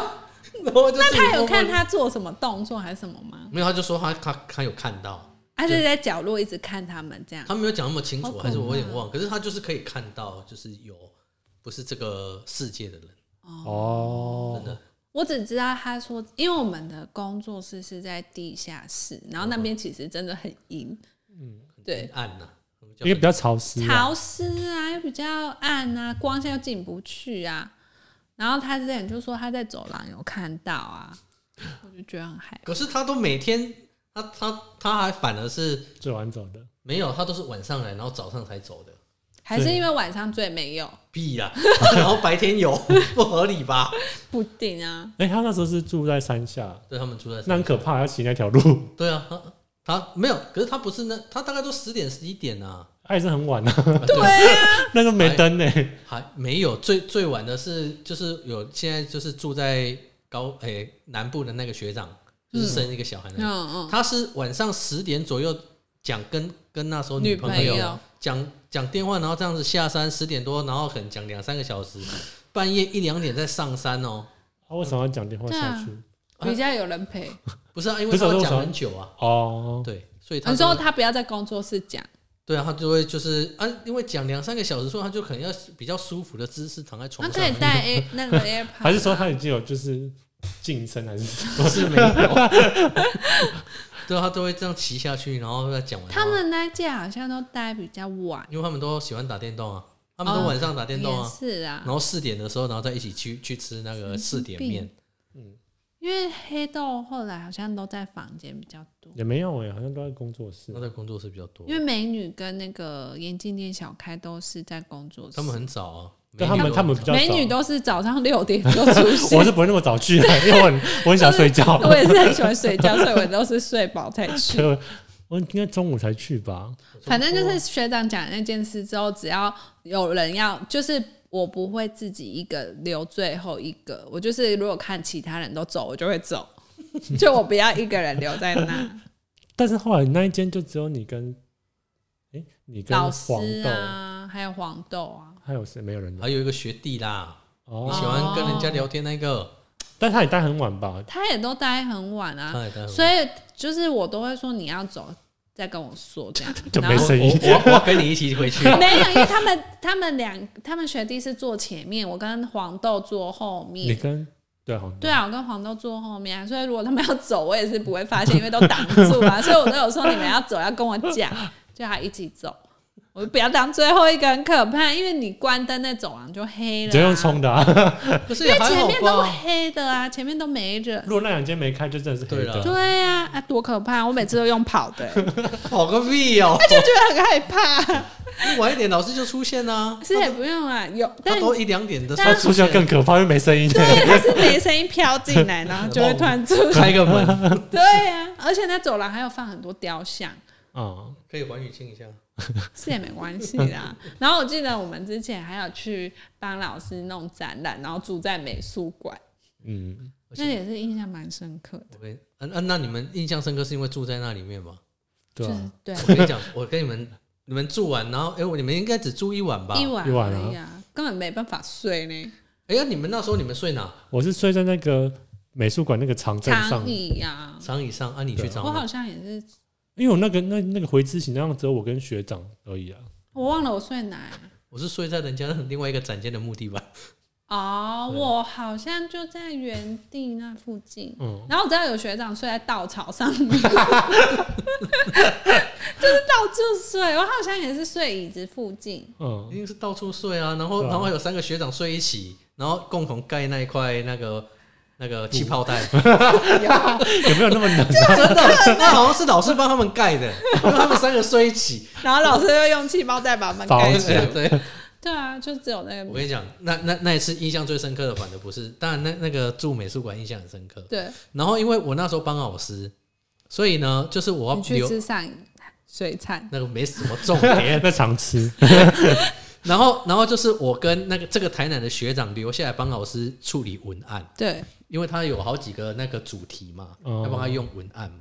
C: 然后就
A: 那
C: 自己
A: 他有
C: 默默
A: 看他做什么动作还是什么吗？
C: 没有？他就说他他他有看到，
A: 他就在角落一直看他们这样。
C: 他没有讲那么清
A: 好
C: 楚，
A: 恐
C: 还是我有点
A: 怖
C: 忘。可是他就是可以看到，就是有不是这个世界的人，
B: 哦
C: 真，的
A: 我只知道他说，因为我们的工作室是在地下室，然后那边其实真的很阴，
C: 很
A: 对
C: 阴暗呐。我们叫
B: 因为比较潮
C: 嗯
B: 湿、啊。
A: 潮湿啊，又比较暗啊，光线又进不去啊。然后他之前就说他在走廊有看到啊，我就觉得很害
C: 可是他都每天，他他他还反而是
B: 最晚走的，
C: 没有，他都是晚上来，然后早上才走的。
A: 怕，还是因为晚上最没有
C: 屁啦， 然后白天有， 不合理吧？
A: 不定啊。
B: 哎、他那时候是住在山下，
C: 对他们住在
B: 那
C: 山
B: 很可怕，要骑那条路，
C: 对啊，他他没有，可是他不是那，他大概都十点十一点啊，
B: 哎、是很晚啊，
C: 啊对，
B: 那时候
C: 哎
B: 没灯呢、
C: 还没有最最晚的是就是有现在就是住在高诶、南部的那个学长，就是生一个小孩的那个、
A: 嗯嗯，
C: 他是晚上十点左右讲跟跟那时候
A: 女
C: 朋
A: 朋友
C: 讲讲电话，然后这样子下山十点多，然后可能讲两三个小时，半夜一两点再上山哦。
B: 他为什么要讲电话下去？
C: 啊
A: 比较有人陪。
C: 不是啊，因
B: 不
C: 为
B: 是
C: 他会
B: 我
C: 讲
B: 想
C: 很久啊，
B: 哦，
C: 对，所以他
A: 你
C: 就会
A: 说他不要在工作室讲，
C: 对啊，他就会就是啊，因为讲两三个小时，所以他就可能要比较舒服的姿势躺在
A: 那
C: 床
A: 可以
C: 上，
A: 带 A 那 个 AirPod，
B: 还是说他已经有就是晋升还是？
C: 是没有。对啊，他都会这样骑下去，然后再讲完。
A: 他们那一届好像都待比较晚，
C: 因为他们都喜欢打电动啊，他们都晚上打电动
A: 哦也
C: 啊，
A: 是啊
C: 然，后四点的时候，然后再一起去去吃那个四点面。
A: 因为黑豆后来好像都在房间比较多。
B: 也没有哎、好像都在工作室
C: 那。在工作室比较多
A: 因，为美女跟那个眼镜店小开都是在工作室，
C: 他们很早啊，
B: 对他们，他们比较早
A: 美女都是早上六点就 出现。
B: 我是不会那么早去的，因为我很我很想睡觉。
A: 我也是很喜欢睡觉，所以我都是睡饱才 去。
B: 就我应该中午才去吧。
A: 反正就是学长讲的那件事之后，只要有人要，就是我不会自己一个留最后一个，我就是如果看其他人都走，我就会走，就我不要一个人留在那。
B: 但是后来那一间就只有你跟，哎、你 跟
A: 老
B: 黄
A: 师
B: 豆、
A: 啊，还有黄豆啊，
B: 还有谁没有人的
C: 还有一个学弟啦，你
B: 哦
C: 喜，欢跟人家聊天那
A: 哦
C: 个，
B: 但他也待很晚吧？，
A: 他也都待很晚啊，
C: 他也待很晚
A: 所以就是我都会说你要走再跟我说这样
B: 就
A: 然
B: 没
A: 后
B: 声音
C: 我我我要跟你一起回去。
A: 没有，因为他们他们两他们学弟是坐前面，我跟黄豆坐后
B: 你
A: 面。
B: 跟对好像
A: 对啊，我跟黄豆坐后面啊，所以如果他们要走，我也是不会发现，因为都挡住啊。所以我都有说你们要走要跟我讲，就他一起走，我就不要当最后一个，很可怕，因为你关灯那走廊就黑
B: 你
A: 了、啊，
B: 直接用冲的、啊。
C: 可是
A: 因为
C: 也还
A: 前
C: 好
A: 面都
C: 吧，
A: 黑的啊，前面都没人。
B: 如果那两间没开，就真的是黑
C: 对啦
B: 的。
A: 对呀、啊，啊多可怕！我每次都用跑的、 欸就
C: 跑个屁哦！
A: 觉得很害怕。
C: 晚一点老师就出现啦、啊，
A: 是也不用啊，有，但
C: 他都一两点的时
B: 他
C: 候
B: 出现更可怕，因为没声音。
A: 对，啊它是没声音飘进来，然后就会突然出现。
C: 开 个门，
A: 对呀、而且那走廊还有放很多雕像，
B: 嗯，
C: 可以还雨清一下。
A: 是也没关系啦。然后我记得我们之前还有去帮老师弄展览，然后住在美术馆，
B: 嗯，
C: 而
A: 那
C: 且
A: 也是印象蛮深刻的。
C: 我跟嗯嗯、那你们印象深刻是因为住在那里面吗？
B: 对
A: 就
B: 啊、
A: 是对，
C: 我跟你讲，我跟你们你们住完，然后哎、我你们应该只住一晚吧？
A: 一晚
B: 一晚啊
A: 而已啊，根本没办法睡呢，
C: 哎呀，你们那时候你们睡哪？
B: 我是睡在那个美术馆那个长凳上
A: 躺，椅呀、
C: 长椅上啊，你去
B: 对
C: 找
A: 我
C: 哪
A: 好像也是，
B: 因为我那个那那个回执行上只有我跟学长而已啊。
A: 我忘了我睡哪啊儿
C: 我是睡在人家另外一个展间的木 地板。
A: 哦，
B: 对
A: 我好像就在原地那附近。
B: 嗯，
A: 然后我知道有学长睡在稻草上 面，就是到处睡。我好像也是睡椅子附近，
B: 嗯
C: 一，定是到处睡啊，然后、
B: 对啊
C: 然后还有三个学长睡一起，然后共同盖那一块那个那个气 泡袋，
B: 有没有那么 难？
C: 真的，那好像是老师帮他们盖的，让他们三个睡一起。
A: 然后老师就用气包袋把门
B: 包
A: 盖
B: 对
A: 起来。
B: 起
C: 对，
A: 对啊，就只有那
C: 我
A: 个
C: 跟你讲，那那那一次印象最深刻的，反正不是，当然那那个住美术馆印象很深刻。
A: 对。
C: 然后因为我那时候帮老师，所以呢，就是我要
A: 你去
C: 留
A: 吃上水产，
C: 那个没什么重点，
B: 在常 吃，
C: 然后然后就是我跟那个这个台南的学长留下来帮老师处理文案。
A: 对，
C: 因为他有好几个那个主题嘛，
B: 哦
C: 要帮他用文案嘛。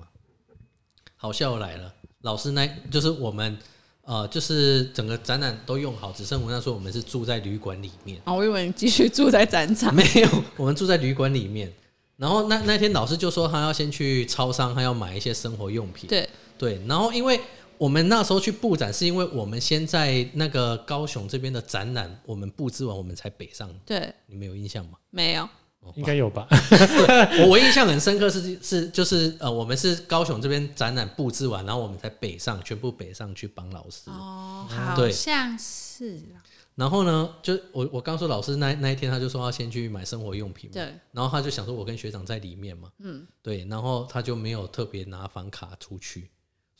C: 好笑来了，老师那就是我们呃，就是整个展览都用好，只剩文案说我们是住在旅馆里面，
A: 啊，我以为你继续住在展 场，
C: 没有，我们住在旅馆里面。然后那那天老师就说他要先去超商，他要买一些生活用品。
A: 对，
C: 对，然后因为我们那时候去布展，是因为我们先在那个高雄这边的展览，我们布置完，我们才北上。
A: 对，
C: 你们有印象吗？
A: 没有，
B: 应该有吧？
C: 我我印象很深刻是是就是呃，我们是高雄这边展览布置完，然后我们才北上，全部北上去帮老师。
A: 哦，
C: 嗯对
A: 好像是啦，
C: 然后呢，就我我刚说老师那那一天他就说要先去买生活用品嘛，
A: 对，
C: 然后他就想说我跟学长在里面嘛，嗯，对，然后他就没有特别拿房卡出去，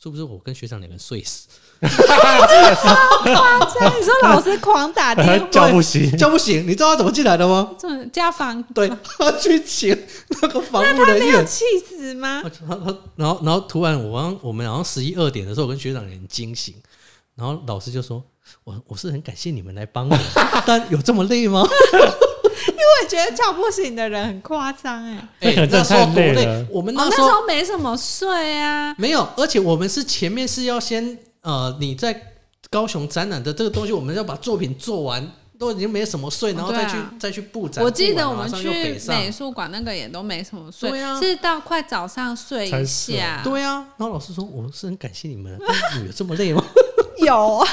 C: 是不是我跟学长两个人睡 死，
A: 所以你说老师狂打电话，
B: 叫不醒，
C: 叫不醒？你知道他怎么进来的吗？
A: 这种家访，
C: 对，他去请那个防务
A: 那他
C: 人
A: 没有
C: 员。
A: 气死吗？
C: 他他他，然后然后突然我好像我们好像十一二点的时候，我跟学长有点惊醒，然后老师就说：“我我是很感谢你们来帮我，但有这么累吗
A: 我也觉得叫不醒的人很夸张哎，哦，？”
B: 那
C: 哎、
B: 可能真
C: 那
B: 的
C: 时候
B: 太
C: 多
B: 累了
C: 累，我们那
A: 那
C: 时
A: 时
C: 候、
A: 候没什么睡啊，
C: 没有，而且我们是前面是要先呃，你在高雄展览的这个东西，我们要把作品做完，都已经没什么睡，然后再去、
A: 对啊
C: 再去布展。
A: 我记
C: 布
A: 得
C: 完
A: 我们
C: 马上
A: 去
C: 又北上
A: 美术馆那个也都没什么睡
C: 对啊，
A: 是到快早上睡
B: 才
A: 一
B: 睡
A: 下，
C: 对啊，然后老师说：“我是很感谢你们，但你们有这么累吗
A: 有啊，？”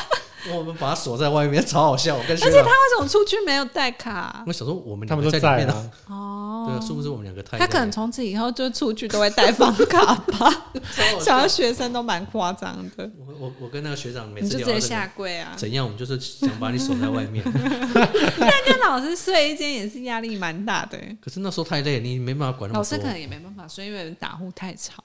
C: 我们把他锁在外面，超好笑。我跟学
A: 而且
C: 长
A: 他，为什么出去没有带卡
C: 我？想说我们
B: 他
C: 两
B: 们
C: 个
B: 都
C: 在里
B: 在
C: 面啊
B: 啊，
A: 哦，
C: 对啊，是不是我们两个太累了？
A: 他可能从此以后就出去都会带房卡 吧，
C: 超
A: 小学
C: 好笑
A: 学生都蛮夸张的，
C: 我我我跟那个学长每
A: 你就
C: 次
A: 直
C: 聊到
A: 接
C: 这
A: 下
C: 个
A: 跪啊！
C: 怎样，我们就是想把你锁在外面。
A: 但跟老师睡一间也是压力蛮大的欸，
C: 可是那时候太累，你没办法管那
A: 老
C: 么
A: 师
C: 多
A: 可。能也没办法睡，因为打呼太吵，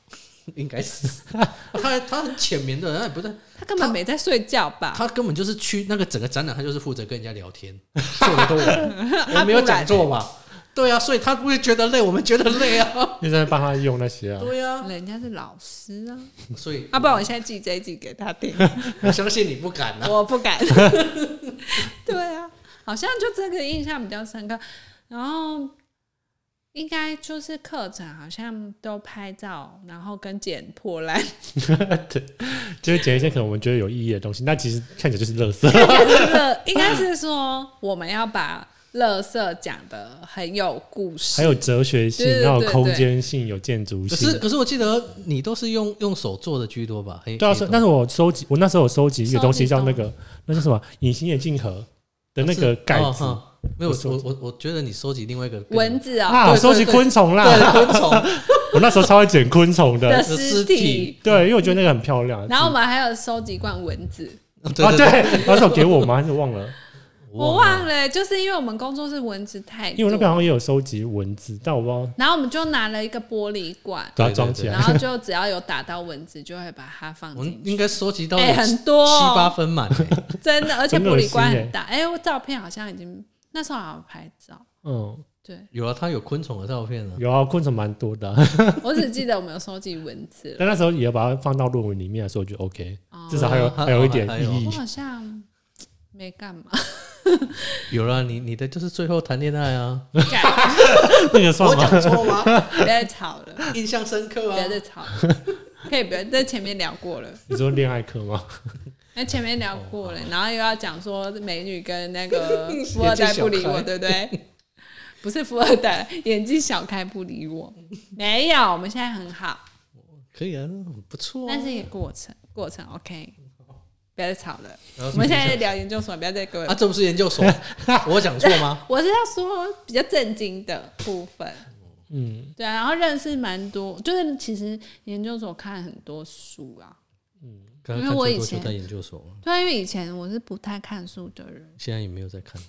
C: 应该是 他他很浅眠的，他也不是
A: 他根本没在睡觉吧？
C: 他根本就是去那个整个展览，他就是负责跟人家聊 天，做的都我我没有
A: 不欸然
C: 讲座嘛。对啊，所以他不会觉得累，我们觉得 累啊。
B: 就在帮他用那些啊。
C: 对啊，
A: 人家是老师啊，
C: 所以
A: 要不然我现在寄这一集给他听。
C: 我相信你不敢啊。
A: 我不敢。对啊，好像就这个印象比较深刻。然后应该就是课程好像都拍照，然后跟捡破烂，
B: 就是捡一些可能我们觉得有意义的东西，那其实看起来就是垃圾。
A: 应该是乐应该是说我们要把乐色讲的很有故
B: 还
A: 事。
B: 有哲学性，
A: 对对对
B: 然后有空间性，有啊建筑
C: 可
B: 性。
C: 是可是我记得你都是用用手做的居多吧？黑
B: 对啊，
C: 黑
B: 是，
C: 洞
B: 但是我收集，我那时候有收集一个东西
A: 收集
B: 叫
A: 动
B: 那个，那叫什么隐形眼镜盒的那个
C: 是
B: 盖
C: 哦
B: 子
C: 哈没有，
B: 我收
C: 我我我觉得你收集另外一个更
A: 蚊啊子哦
B: 啊，
C: 对
B: 我
C: 对
B: 收集
C: 对
B: 昆虫啦。
C: 对昆 虫，
B: 我那时候超爱捡昆虫
A: 的
B: 的，
A: 尸
C: 尸体
A: 体，
B: 对，因为我觉得那个很漂亮。
A: 然后我们还有收集罐蚊子，
C: 哦
B: 啊，对，那时候给我吗？还是忘了？
A: 我忘了，就是因为我们工作室蚊子太多，
B: 因为我那边好像也有收集文字，但我不知道
A: 然后我们就拿了一个玻璃罐，
B: 把它
C: 对对
B: 装起
C: 对啊
A: 然
B: 来。
A: 后就只要有打到蚊子，就会把它放
C: 我
A: 进去
C: 们。应该收集到
A: 哎、
C: 有
A: 很
C: 七
A: 多、
C: 七八
A: 哦，
C: 分满欸、
A: 真的，而且
B: 很恶
A: 玻璃罐
B: 心
A: 很大。哎、我照片好像已经那时候好像拍照，
B: 嗯，
A: 对
C: 有啊，它有昆虫的照片啊。
B: 有啊，昆虫蛮多的啊，
A: 我只记得我们有收集蚊子 了。
B: 但那时候也把它放到论文里面，所以我觉得 OK，
A: 哦
B: 至少还有
C: 还
B: 还有一点
C: 还
B: 意
C: 有
B: 义
A: 我。好像没干嘛，
C: 有啦，你你的就是最后谈恋爱啊，
A: 干
B: 那个算吗？
C: 错吗？
A: 不要再吵了，
C: 印象深刻
A: 不要
C: 啊。
A: 再吵了，可以不要在前面聊过了。
B: 你说恋爱课吗？
A: 哎、那前面聊过了，然后又要讲说美女跟那个富二代不理我，
C: 眼
A: 对不对？不是富二代，眼睛小开不理我，没有，我们现在很好，
C: 可以啊，那很不错、啊。
A: 但是一个过程，过程 OK，不要再吵了。
C: 然后
A: 我们现在在聊研究所，不要再给我
C: 啊，这不是研究所， 我讲错吗？
A: 我是要说比较震惊的部分，
B: 嗯，
A: 对啊，然后认识蛮多，就是其实研究所看很多书啊，
C: 刚刚
A: 因为
C: 看
A: 我
C: 最
A: 以
C: 多就
A: 前
C: 在研究所，
A: 对啊，因为以前我是不太看书的人，
C: 现在也没有在 看。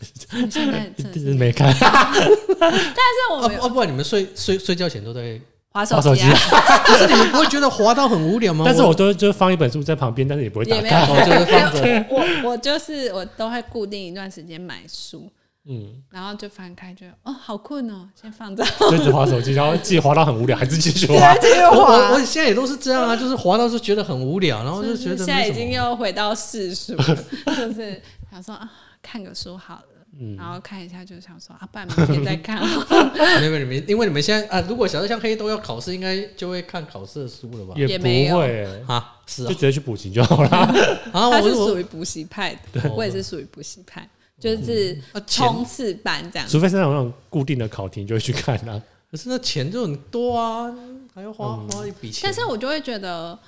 A: 我现在真 的
B: 一
A: 是，
B: 直没看，
A: 但是
C: 哦
A: 我
C: 不
A: 有
C: 哦，不然你们睡睡睡觉前都在，
A: 滑
B: 滑手
A: 手
B: 机
A: 机啊，
C: 可是你们不会觉得滑到很无聊吗？
B: 但是我都就放一本书在旁边，但是也不会打
A: 也没有
B: 开。
C: 哦就是放 着，
A: 我我就是我都会固定一段时间买书，
B: 嗯，
A: 然后就翻开就哦好困哦，先放着，
B: 就一直滑手机，然后自己滑到很 无聊，还是继续滑
A: 对，。这又
C: 我我
A: 滑
C: 我，现在也都是这样 啊，就是滑到是觉得很无聊，然后哦就觉得
A: 现在已
C: 没什么
A: 经又回到世俗， 就是想说啊看个书好了。
C: 嗯
A: 然后看一下，就想说啊，不然明天再看好了。
C: 啊没有没有没有，因为你们现在啊，如果小时候像黑豆要考试，应该就会看考试的书了吧？
B: 也
A: 也
B: 不
A: 没有
B: 会、欸，
C: 啊，是
B: 就
C: 啊
B: 直，接去补习就好了。
C: 啊，
A: 他
C: 我
A: 是属
C: 我
A: 于补习派的
C: 对，
A: 我也是属于补习派，就是
C: 啊钱，
A: 冲刺班这样。
B: 除非是那种那种固定的考题，你就会去看啊。
C: 可是那钱就很多啊，还要花花一笔钱。
A: 但是我就会觉得，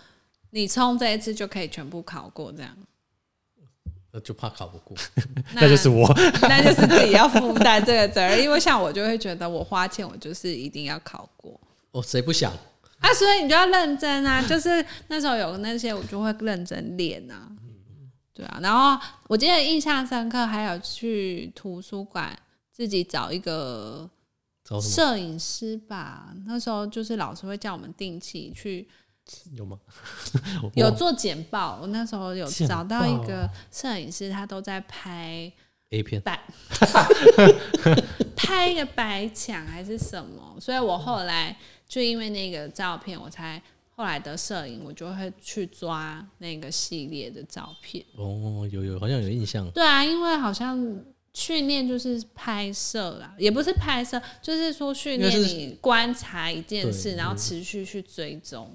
A: 你冲这一次就可以全部考过，这样，
C: 呃就怕考不过，
A: 那
B: 那就是我，
A: 那就是自己要负担这个责任。因为像我就会觉得，我花钱我就是一定要考过
C: 哦，谁不想？
A: 啊，所以你就要认真啊。就是那时候有那些，我就会认真练啊。对啊，然后我记得印象深刻，还有去图书馆自己找一个
C: 找什么？
A: 摄影师吧，那时候就是老师会叫我们定期去
B: 有吗？
C: 哦
A: 有
B: 我
A: 做简报。我那时候有
B: 简报
A: 找到一个摄影师，他都在拍
C: A 片
A: 白，拍一个白墙还是什么，所以我后来就因为那个照片，我才后来的摄影，我就会去抓那个系列的照片。
C: 哦，有有，好像有印象。
A: 对啊，因为好像。训练就是拍摄啦，也不是拍摄，就是说训练
C: 应该是
A: 你观察一件事，
C: 对
A: 然后持续去追踪。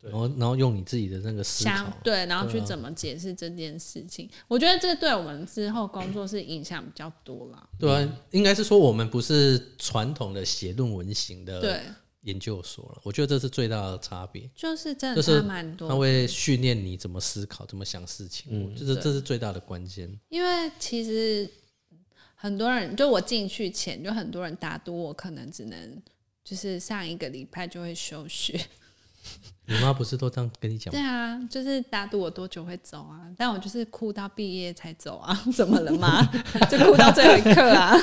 C: 然后然后用你自己的那个思
A: 相
C: 考，
A: 对，然后去
C: 对啊
A: 怎么解释这件事情。我觉得这对我们之后工作是影响比较多啦。
C: 对啊，
A: 嗯
C: 应该是说我们不是传统的写论文型的
A: 对，
C: 研究所了，我觉得这是最大的差别。
A: 就是真
C: 就
A: 的
C: 是
A: 差蛮多
C: 它
A: 的。
C: 会训练你怎么思考、怎么想事情，就是这是最大的关键。
A: 因为其实很多人，就我进去前，就很多人打赌我可能只能就是上一个礼拜就会休学。
C: 你妈不是都这样跟你讲吗
A: 对？啊，就是打赌我多久会走啊？但我就是哭到毕业才走啊， 怎么了吗？就哭到最后一刻啊，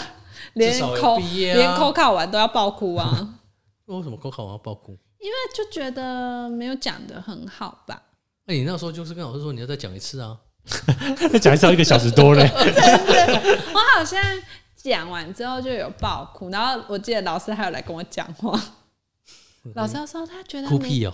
A: 连
C: 至少有
A: 扣、
C: 毕业啊
A: 连扣考完都要爆哭啊。
C: 为什么高考完要报哭？
A: 就觉得没有讲的很好吧？
C: 那、哎你那时候就是跟老师说你要再讲一次啊，
B: 再讲一次要一个小时多嘞，
A: 我好像讲完之后就有爆哭，然后我记得老师还有来跟我讲 话，老师说他觉得
C: 哭
A: 没
C: 屁哦、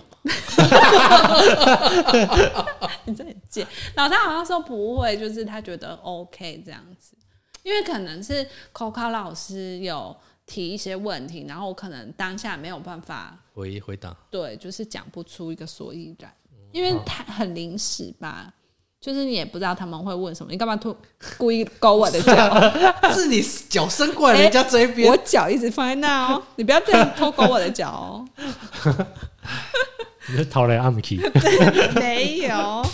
A: 你在借，老师好像说不会，就是他觉得 OK 这样子，因为可能是口考老师有提一些问题，然后我可能当下没有办法
C: 回回答
A: 对，就是讲不出一个所以然，因为他很临时吧，就是你也不知道他们会问什么，你干嘛突故意勾我的脚？
C: 是你脚伸过来
A: 哎
C: 人家这一边
A: 我，脚一直放在那哦，你不要这样偷勾我的脚哦。
B: 你是逃来阿姆奇，
A: 没有，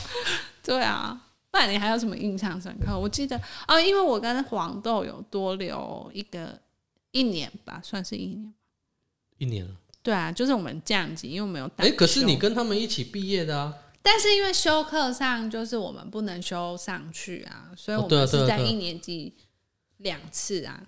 A: 对啊，不然你还有什么印象深刻？我记得哦，因为我跟黄豆有多留一个一年吧，算是一年。
C: 一年了。
A: 对啊，就是我们降级，因为我们有打
C: 哎、
A: 工。
C: 可是你跟他们一起毕业的啊，
A: 但是因为修课上就是我们不能修上去啊，所以
C: 哦
A: 我
C: 对啊
A: 们
C: 对
A: 是
C: 啊
A: 在
C: 对啊
A: 一年级两次啊，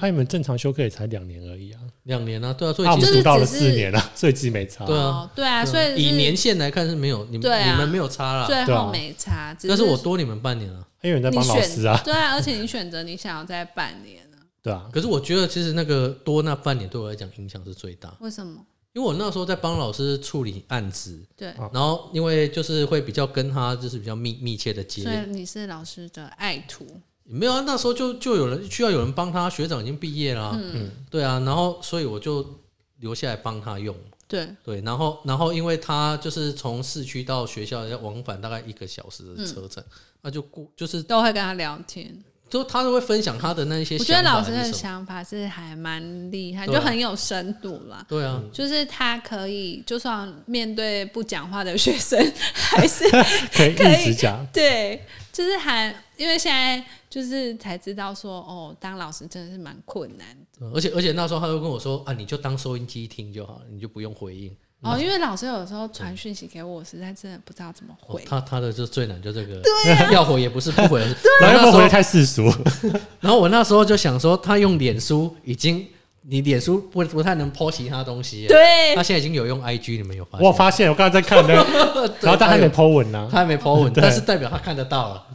B: 那你们正常休课也才两年而已啊，
C: 两年啊，对啊，所以
B: 啊，我们
C: 其
A: 就是
C: 实、
B: 读到了
A: 只
B: 四
A: 是
B: 年了，所以其实没差。
C: 对啊
A: 哦对啊，
C: 对啊
A: 所以是
C: 以年限来看是没有你们、
A: 对啊
C: 你们没有差啦，
A: 最
B: 对
A: 后
B: 啊
A: 没差，只
C: 但是我多你们半年啊。
B: 因为你在
A: 你
B: 帮老
A: 选
B: 师啊，
A: 对啊，而且你选择你想要在半年啊，
B: 对啊，
C: 可是我觉得其实那个多那半年对我来讲影响是最大，
A: 为什么？
C: 因为我那时候在帮老师处理案子，
A: 对，
B: 啊
C: 然后因为就是会比较跟他就是比较密密切的接
A: 所以你是老师的爱徒，
C: 没有啊，那时
B: 嗯
C: 候就就有人需要有人帮他，学长已经毕业啦、嗯，对啊，然后所以我就留下来帮他用。
A: 对，
C: 对，然后然后因为他就是从市区到学校要往返大概一个小时的车
A: 嗯
C: 程，那就过就是
A: 都会跟他聊天。
C: 就他都会分享他的那一些
A: 我
C: 想
A: 觉得
C: 法
A: 老
C: 还
A: 师
C: 是
A: 的
C: 什么。
A: 想法是还蛮厉害，
C: 对啊
A: 就很有深度啦。
C: 对啊，
B: 嗯
A: 就是他可以，就算面对不讲话的学生，还是
B: 可以
A: 可
B: 一
A: 以
B: 直讲。
A: 对，就是还因为现在就是才知道说，哦，当老师真的是蛮困难的
C: 对啊而且而且那时候他又跟我说啊，你就当收音机听就好了，你就不用回应。
A: 哦。因为老师有时候传讯息给我，我实在真的不知道怎么
C: 哦
A: 回。
C: 他他的就最难就这个，
A: 啊
C: 要回也不是，不回也不是。
B: 然
C: 然
B: 后
C: 后
B: 又回的
C: 那时候，
B: 太世俗，
C: 然后我那时候就想说，他用脸书已经，你脸书不不太能剖其他东西了。
A: 对
C: 他现在已经有用 IG，你们有发
B: 我有
C: 现？
B: 发现，我刚才在看那个，然后但还没 po 文呢
C: 他。还没 po 文，
B: 对
C: 但是代表他看得到了。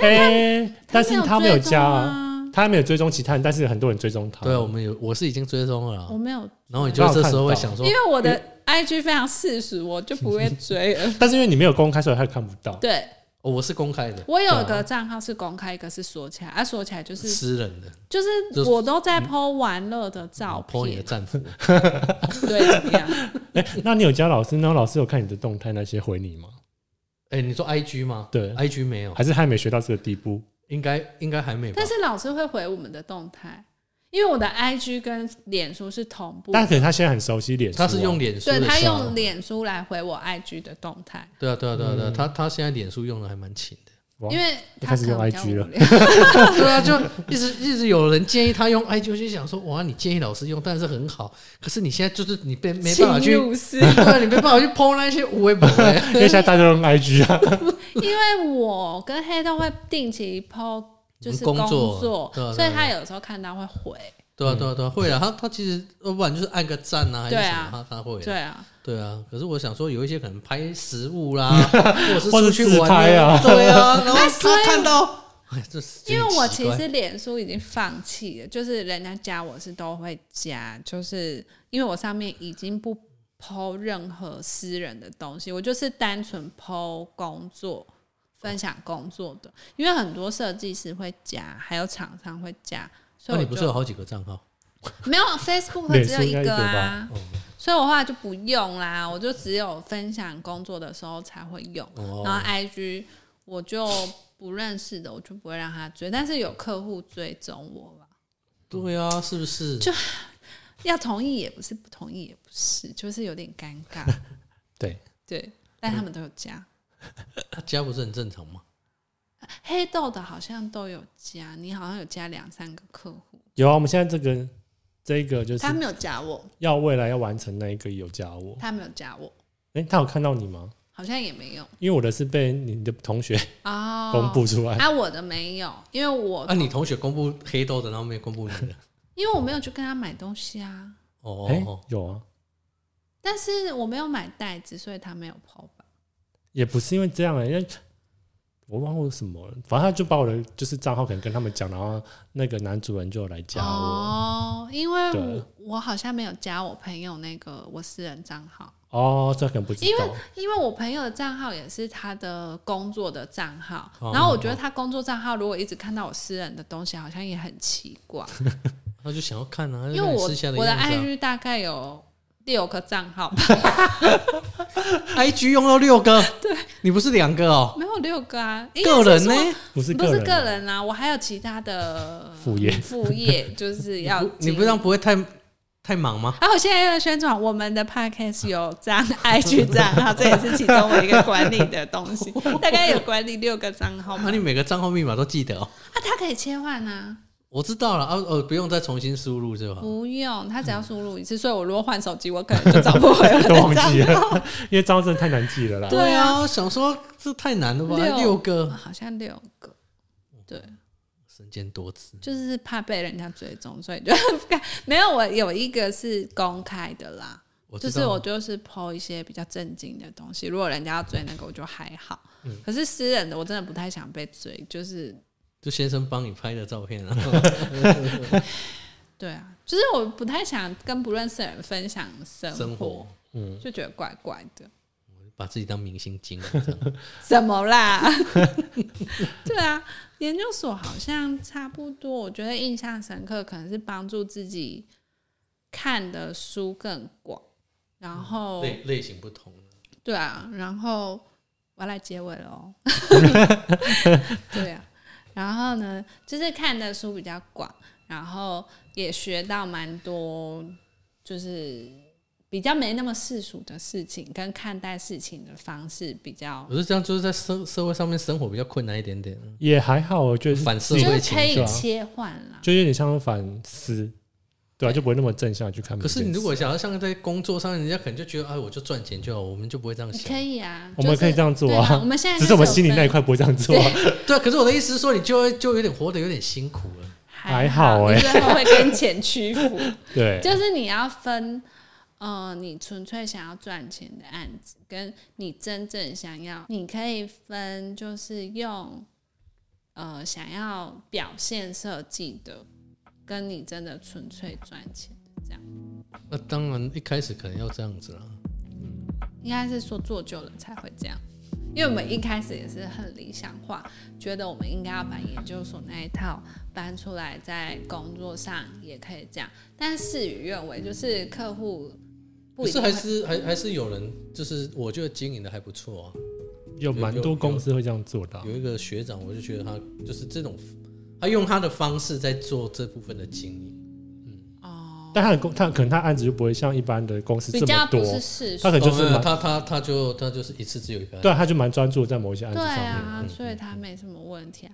B: 哎，但是他没有
A: 追踪
B: 加啊，
A: 啊，
B: 他还没有追踪其他人，但是很多人追踪他。
C: 对啊，我们有，我是已经追踪了啦
A: 我。没有，
C: 然后你就这时候会想哦说
A: 因，为我的 IG 非常世俗，我就不会追 了。
B: 但是因为你没有公开，所以他看不 到。
A: 对
C: 哦我是公开的，
A: 我有个账号是公开，一个是锁起来，啊，锁起来就是
C: 私人的，
A: 就是我都在 po 玩乐的照
C: po 你的
A: 片，
C: 战服。
A: 对，怎么样？
B: 哎，那你有加老师，然后老师有看你的动态那些回你吗？
C: 哎，你说 IG 吗？
B: 对
C: ，IG 没有，
B: 还是还没学到这个地步？
C: 应该应该还没吧
A: 但。是老师会回我们的动态，因为我的 IG 跟脸书是同步的，
B: 但可能他现在很熟悉脸书啊，
C: 他是用脸书
A: 对
C: 的
A: 他
C: 时候
A: 用脸书来回我 IG 的动态，
C: 对啊，对啊，对啊，
B: 嗯
C: 对啊，他他现在脸书用的还蛮勤的。
B: 哇
A: 因为他
B: 他开始
A: 可能比
B: 用
A: 较
B: IG 了
A: 无聊
C: 对啊，就一直一直有人建议他用 IG，我就想说，哇，你建议老师用，但是很好，可是你现在就是你被没办法
A: 侵
C: 去，
A: 入式
C: 对啊，你没办法去碰那些微 博、欸。
B: 因为现在大家都用 IG 啊。
A: 因为我跟黑豆会定期 PO 就是
C: 工作
A: 作，
C: 对啊对啊
A: 所以他有时候看到会回，
C: 对啊，对啊，对啊，会啊，他他其实要不然就是按个赞啊，还是
A: 对
C: 什
A: 啊
C: 么，他他会啊。
A: 对啊，
C: 对啊，可是我想说，有一些可能拍食 物啦，或者是
B: 或者
C: 出去
B: 自
C: 玩
B: 拍啊
C: 对啊，然后
A: 哎所以
C: 他看到，哎，这是
A: 因为我其
C: 奇怪
A: 实脸书已经放弃了，就是人家加我是都会加，就是因为我上面已经不剖任何私人的东西，我就是单纯剖工作。分享工作的，因为很多设计师会加，还有厂商会加，所
C: 那
A: 以
B: 哦
C: 你
A: 我
C: 不是有
A: 就
C: 好几个账号？
A: 没有 Facebook 会
B: 脸书
A: 只有一
B: 应该一
A: 个
B: 个
A: 啊
B: 吧，哦
A: 所以我后来就不用啦，我就只有分享工作的时候才会用。
C: 哦
A: 然后 IG 我就不认识的，我就不会让他追，但是有客户追踪我吧，
C: 对啊，是不是？
A: 就要同意也不是，不同意也不是，就是有点尴尬。
B: 对，
A: 对，但他们都有加，
C: 他加不是很正常吗？
A: 黑豆的好像都有加，你好像有加两三个客户，
B: 有啊，我们现在这个这个就是
A: 他没有加我，
B: 要未来要完成那一个有加我。
A: 他没有加我，
B: 哎、他有看到你吗？
A: 好像也没有
B: 因为我的是被你的同学
A: 哦。
B: 公布出来，
A: 啊，我的没有，因为我、
C: 啊，你同学公布黑豆的，然后没公布你的。
A: 因为我没有去跟他买东西啊，
C: 哦
B: 哎、
C: 哦，哦
B: 有啊，
A: 但是我没有买袋子，所以他没有抛吧。
B: 也不是因为这样、欸，因为我忘了什么了，反正他就把我的就是账号可能跟他们讲，然后那个男主人就来加我，
A: 哦，因为
B: 对
A: 我我好像没有加我朋友那个我私人账号，
B: 哦，这可能不知
A: 因为
B: 道，
A: 因为我朋友的账号也是他的工作的账号，
C: 哦
A: 然后我觉得他工作账号如果一直看到我私人的东西，好像也很奇 怪，
C: 他就想要看啊，
A: 哎因为我
C: 私下
A: 我的
C: 样子啊
A: IG 大概有六个账号吧，
C: IG 用到六个，对，你不是两个哦，
A: 没有六个啊，应该
C: 个人
A: 是
C: 呢
A: 说？
B: 不是
A: 不是
B: 人
A: 个人啊，我还有其他的
B: 副业
A: 副业就是要
C: 不你不
A: 经
C: 这样不会太太忙吗？
A: 然后我现在要宣传我们的 podcast 有账 IG 账号，这也是其中我一个管理的东 西，大概有管理六个账号
C: 那
A: 嘛。
C: 你每个账号密码都记得哦。
A: 啊，它可以切换啊，
C: 我知道了啊，呃，不用再重新输入是吧？
A: 不用，它只要输入一次。所以我如果换手机，我可能就找不回我
B: 都忘
A: 的
B: 记
A: 账号。
B: 了，因为账号真的太难记了啦。
A: 对啊
C: 啊，想说这太难了吧？
A: 六
C: 六
A: 啊
C: 个，
A: 好像六个，对，
C: 身兼多职，
A: 就是怕被人家追踪，所以就 不敢没有。我有一个是公开的啦，
C: 我
A: 就
C: 知
A: 是
C: 道
A: 我
C: 了。
A: 就是抛一些比较正经的东西，如果人家要追那个，我就还好。
B: 嗯
A: 可是私人的，我真的不太想被追，就是
C: 就先生帮你拍的照 片啊，
A: 对啊，就是我不太想跟不认识的人分享生活，
C: 生活，
B: 嗯
A: 就觉得怪怪的。
C: 把自己当明星经营这样。
A: 怎么啦？ 对啊，研究所好像差不多。我觉得印象深刻可能是帮助自己看的书更广，然后
C: 类类型不同，
A: 对啊，然后我要来结尾了哦。 对啊，然后呢，就是看的书比较广，然后也学到蛮多，就是比较没那么世俗的事情，跟看待事情的方式比较，
C: 我是这样，就是在社社会上面生活比较困难一点点，
B: 也还好，我觉得是
C: 反社
A: 就
C: 会
A: 是
C: 情
A: 可以
B: 状
A: 切换啦。
B: 就有点像反思，对啊，就不会那么正向去看每
C: 可
B: 件事。
C: 是你如果想要像在工作上面，人家可能就觉得，哎，我就赚钱就好，我们就不会这样
A: 你可
C: 想。
A: 以啊，
B: 我们可以这样
A: 就是
B: 做
A: 对啊，我
B: 啊，
A: 们现在
B: 只是我们
A: 就
B: 心里
A: 有
B: 那一
A: 分
B: 块不会这样做啊。
C: 对啊，可是我的意思是说，你就会就有点活得有点辛苦啊了。
A: 还
B: 还好
A: 你
B: 欸
A: 最后会跟钱屈服。
B: 对，
A: 就是你要分，呃，你纯粹想要赚钱的案子，跟你真正想要，你可以分，就是用，呃，想要表现设计的，跟你真的纯粹赚钱的这样，
C: 那当然一开始可能要这样子啦。
A: 应该是说做久了才会这样。因为我们一开始也是很理想化，觉得我们应该要把研究所那一套搬出来，在工作上也可以这样。但事与愿违，就是客户不
C: 可
A: 一
C: 是
A: 定
C: 还
A: 会
C: 是还还是有人，就是我觉得经营的还不错啊。
B: 有蛮多公司会这样做的啊、
C: 有一个学长，我就觉得他就是这种，他用他的方式在做这部分的经营。
A: 哦，
B: 但他的公他可能他案子就不会像一般的公司
A: 比
B: 这
A: 较
B: 么多
A: 不，是世
B: 他
A: 俗，
B: 可能就是
C: 哦没有
B: 蛮
C: 他他他就他就是一次只有一个案子。
B: 对啊，他就蛮专注在某一些案
A: 对
B: 子上面。嗯
A: 啊啊，所以他没什么问题啊。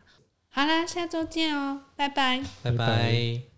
A: 好啦，下周见哦，拜拜。
B: 拜
C: 拜拜
B: 拜